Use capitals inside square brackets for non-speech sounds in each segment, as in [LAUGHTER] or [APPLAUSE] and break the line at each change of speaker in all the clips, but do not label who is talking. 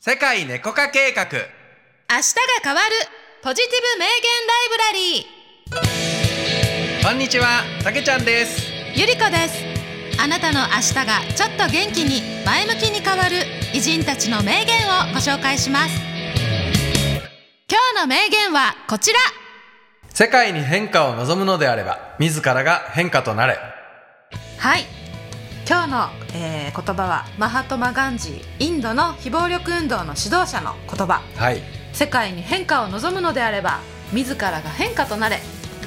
世界猫化計画
明日が変わるポジティブ名言ライ
こんにちはたけちゃんです
ブラリーゆりこですあなたの明日がちょっと元気に前向きに変わる偉人たちの名言をご紹介します今日の名言はこちら
世界に変化を望むのであれば自らが変化となれ
はい今日の、えー言葉はマハトマ・ガンジーインドの非暴力運動の指導者の言葉
はい
世界に変化を望むのであれば自らが変化となれ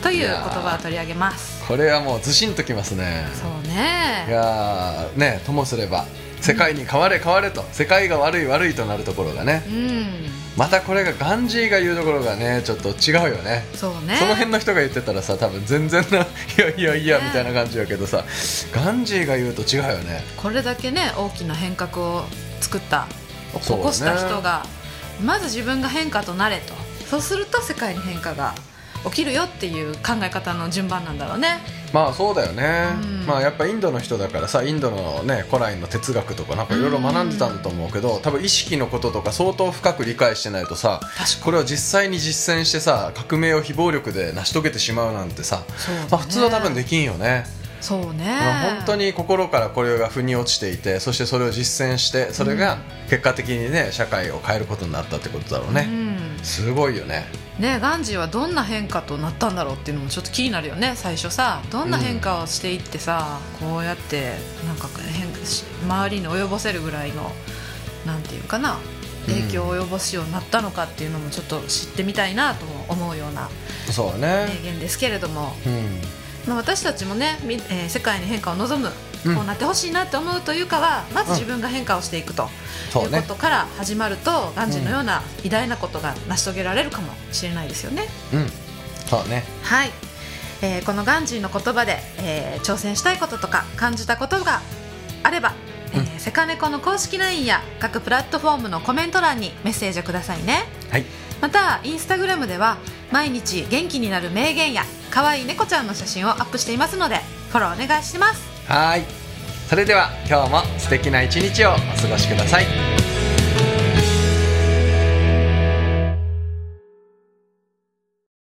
という言葉を取り上げます
これはもうずしんときますね
そう
い
ね
やーねともすれば世界に変われ変われと世界が悪い悪いとなるところがね
うん
またこれがガンジーが言うところがねちょっと違うよね
そうね
その辺の人が言ってたらさ多分全然な [LAUGHS] いやいやいや
ね
みたいな感じやけどさガンジーが言うと違うよね
これだけね大きな変革を作った起
そうね
こした人が、まず自分が変化となれとそうすると世界に変化が起きるよっていう考え方の順番なんだろうね
まあそうだよね、
うん
まあやっぱインドの人だからさインドのね古来の哲学とかなんかいろいろ学んでたんだと思うけど、多分意識のこととか相当深く理解してないとさこれを実際に実践してさ革命を非暴力で成し遂げてしまうなんてさ、
そうね
まあ、普通は多分できんよね、
そうね、
まあ本当に心からこれが腑に落ちていてそしてそれを実践してそれが結果的にね社会を変えることになったってことだろう
う
ね、
ん
すごいよね
ねガンジーはどんな変化となったんだろうっていうのもちょっと気になるよね最初さどんな変化をしていってさ、こうやってなんか変し周りに及ぼせるぐらいのなんていうかな影響を及ぼすようになったのかっていうのもちょっと知ってみたいなとも思うような
そうね、
名言ですけれども、
うん
まあ、私たちもね、みえー世界に変化を望む、
うん
こうなってほしいなって思うというかはまず自分が変化をしていくと、
そう
いう
ね
ことから始まると、ガンジーのような偉大なことが成し遂げられるかもしれないですよね。
うんそうね
はい、えーこのガンジーの言葉で、えー挑戦したいこととか感じたことがあれば、えーセカネコの公式 LINE や各プラットフォームのコメント欄にメッセージをくださいね
はい
またインスタグラムでは毎日元気になる名言や可愛い猫ちゃんの写真をアップしていますのでフォローお願いします
はーいそれでは今日も素敵な一日をお過ごしください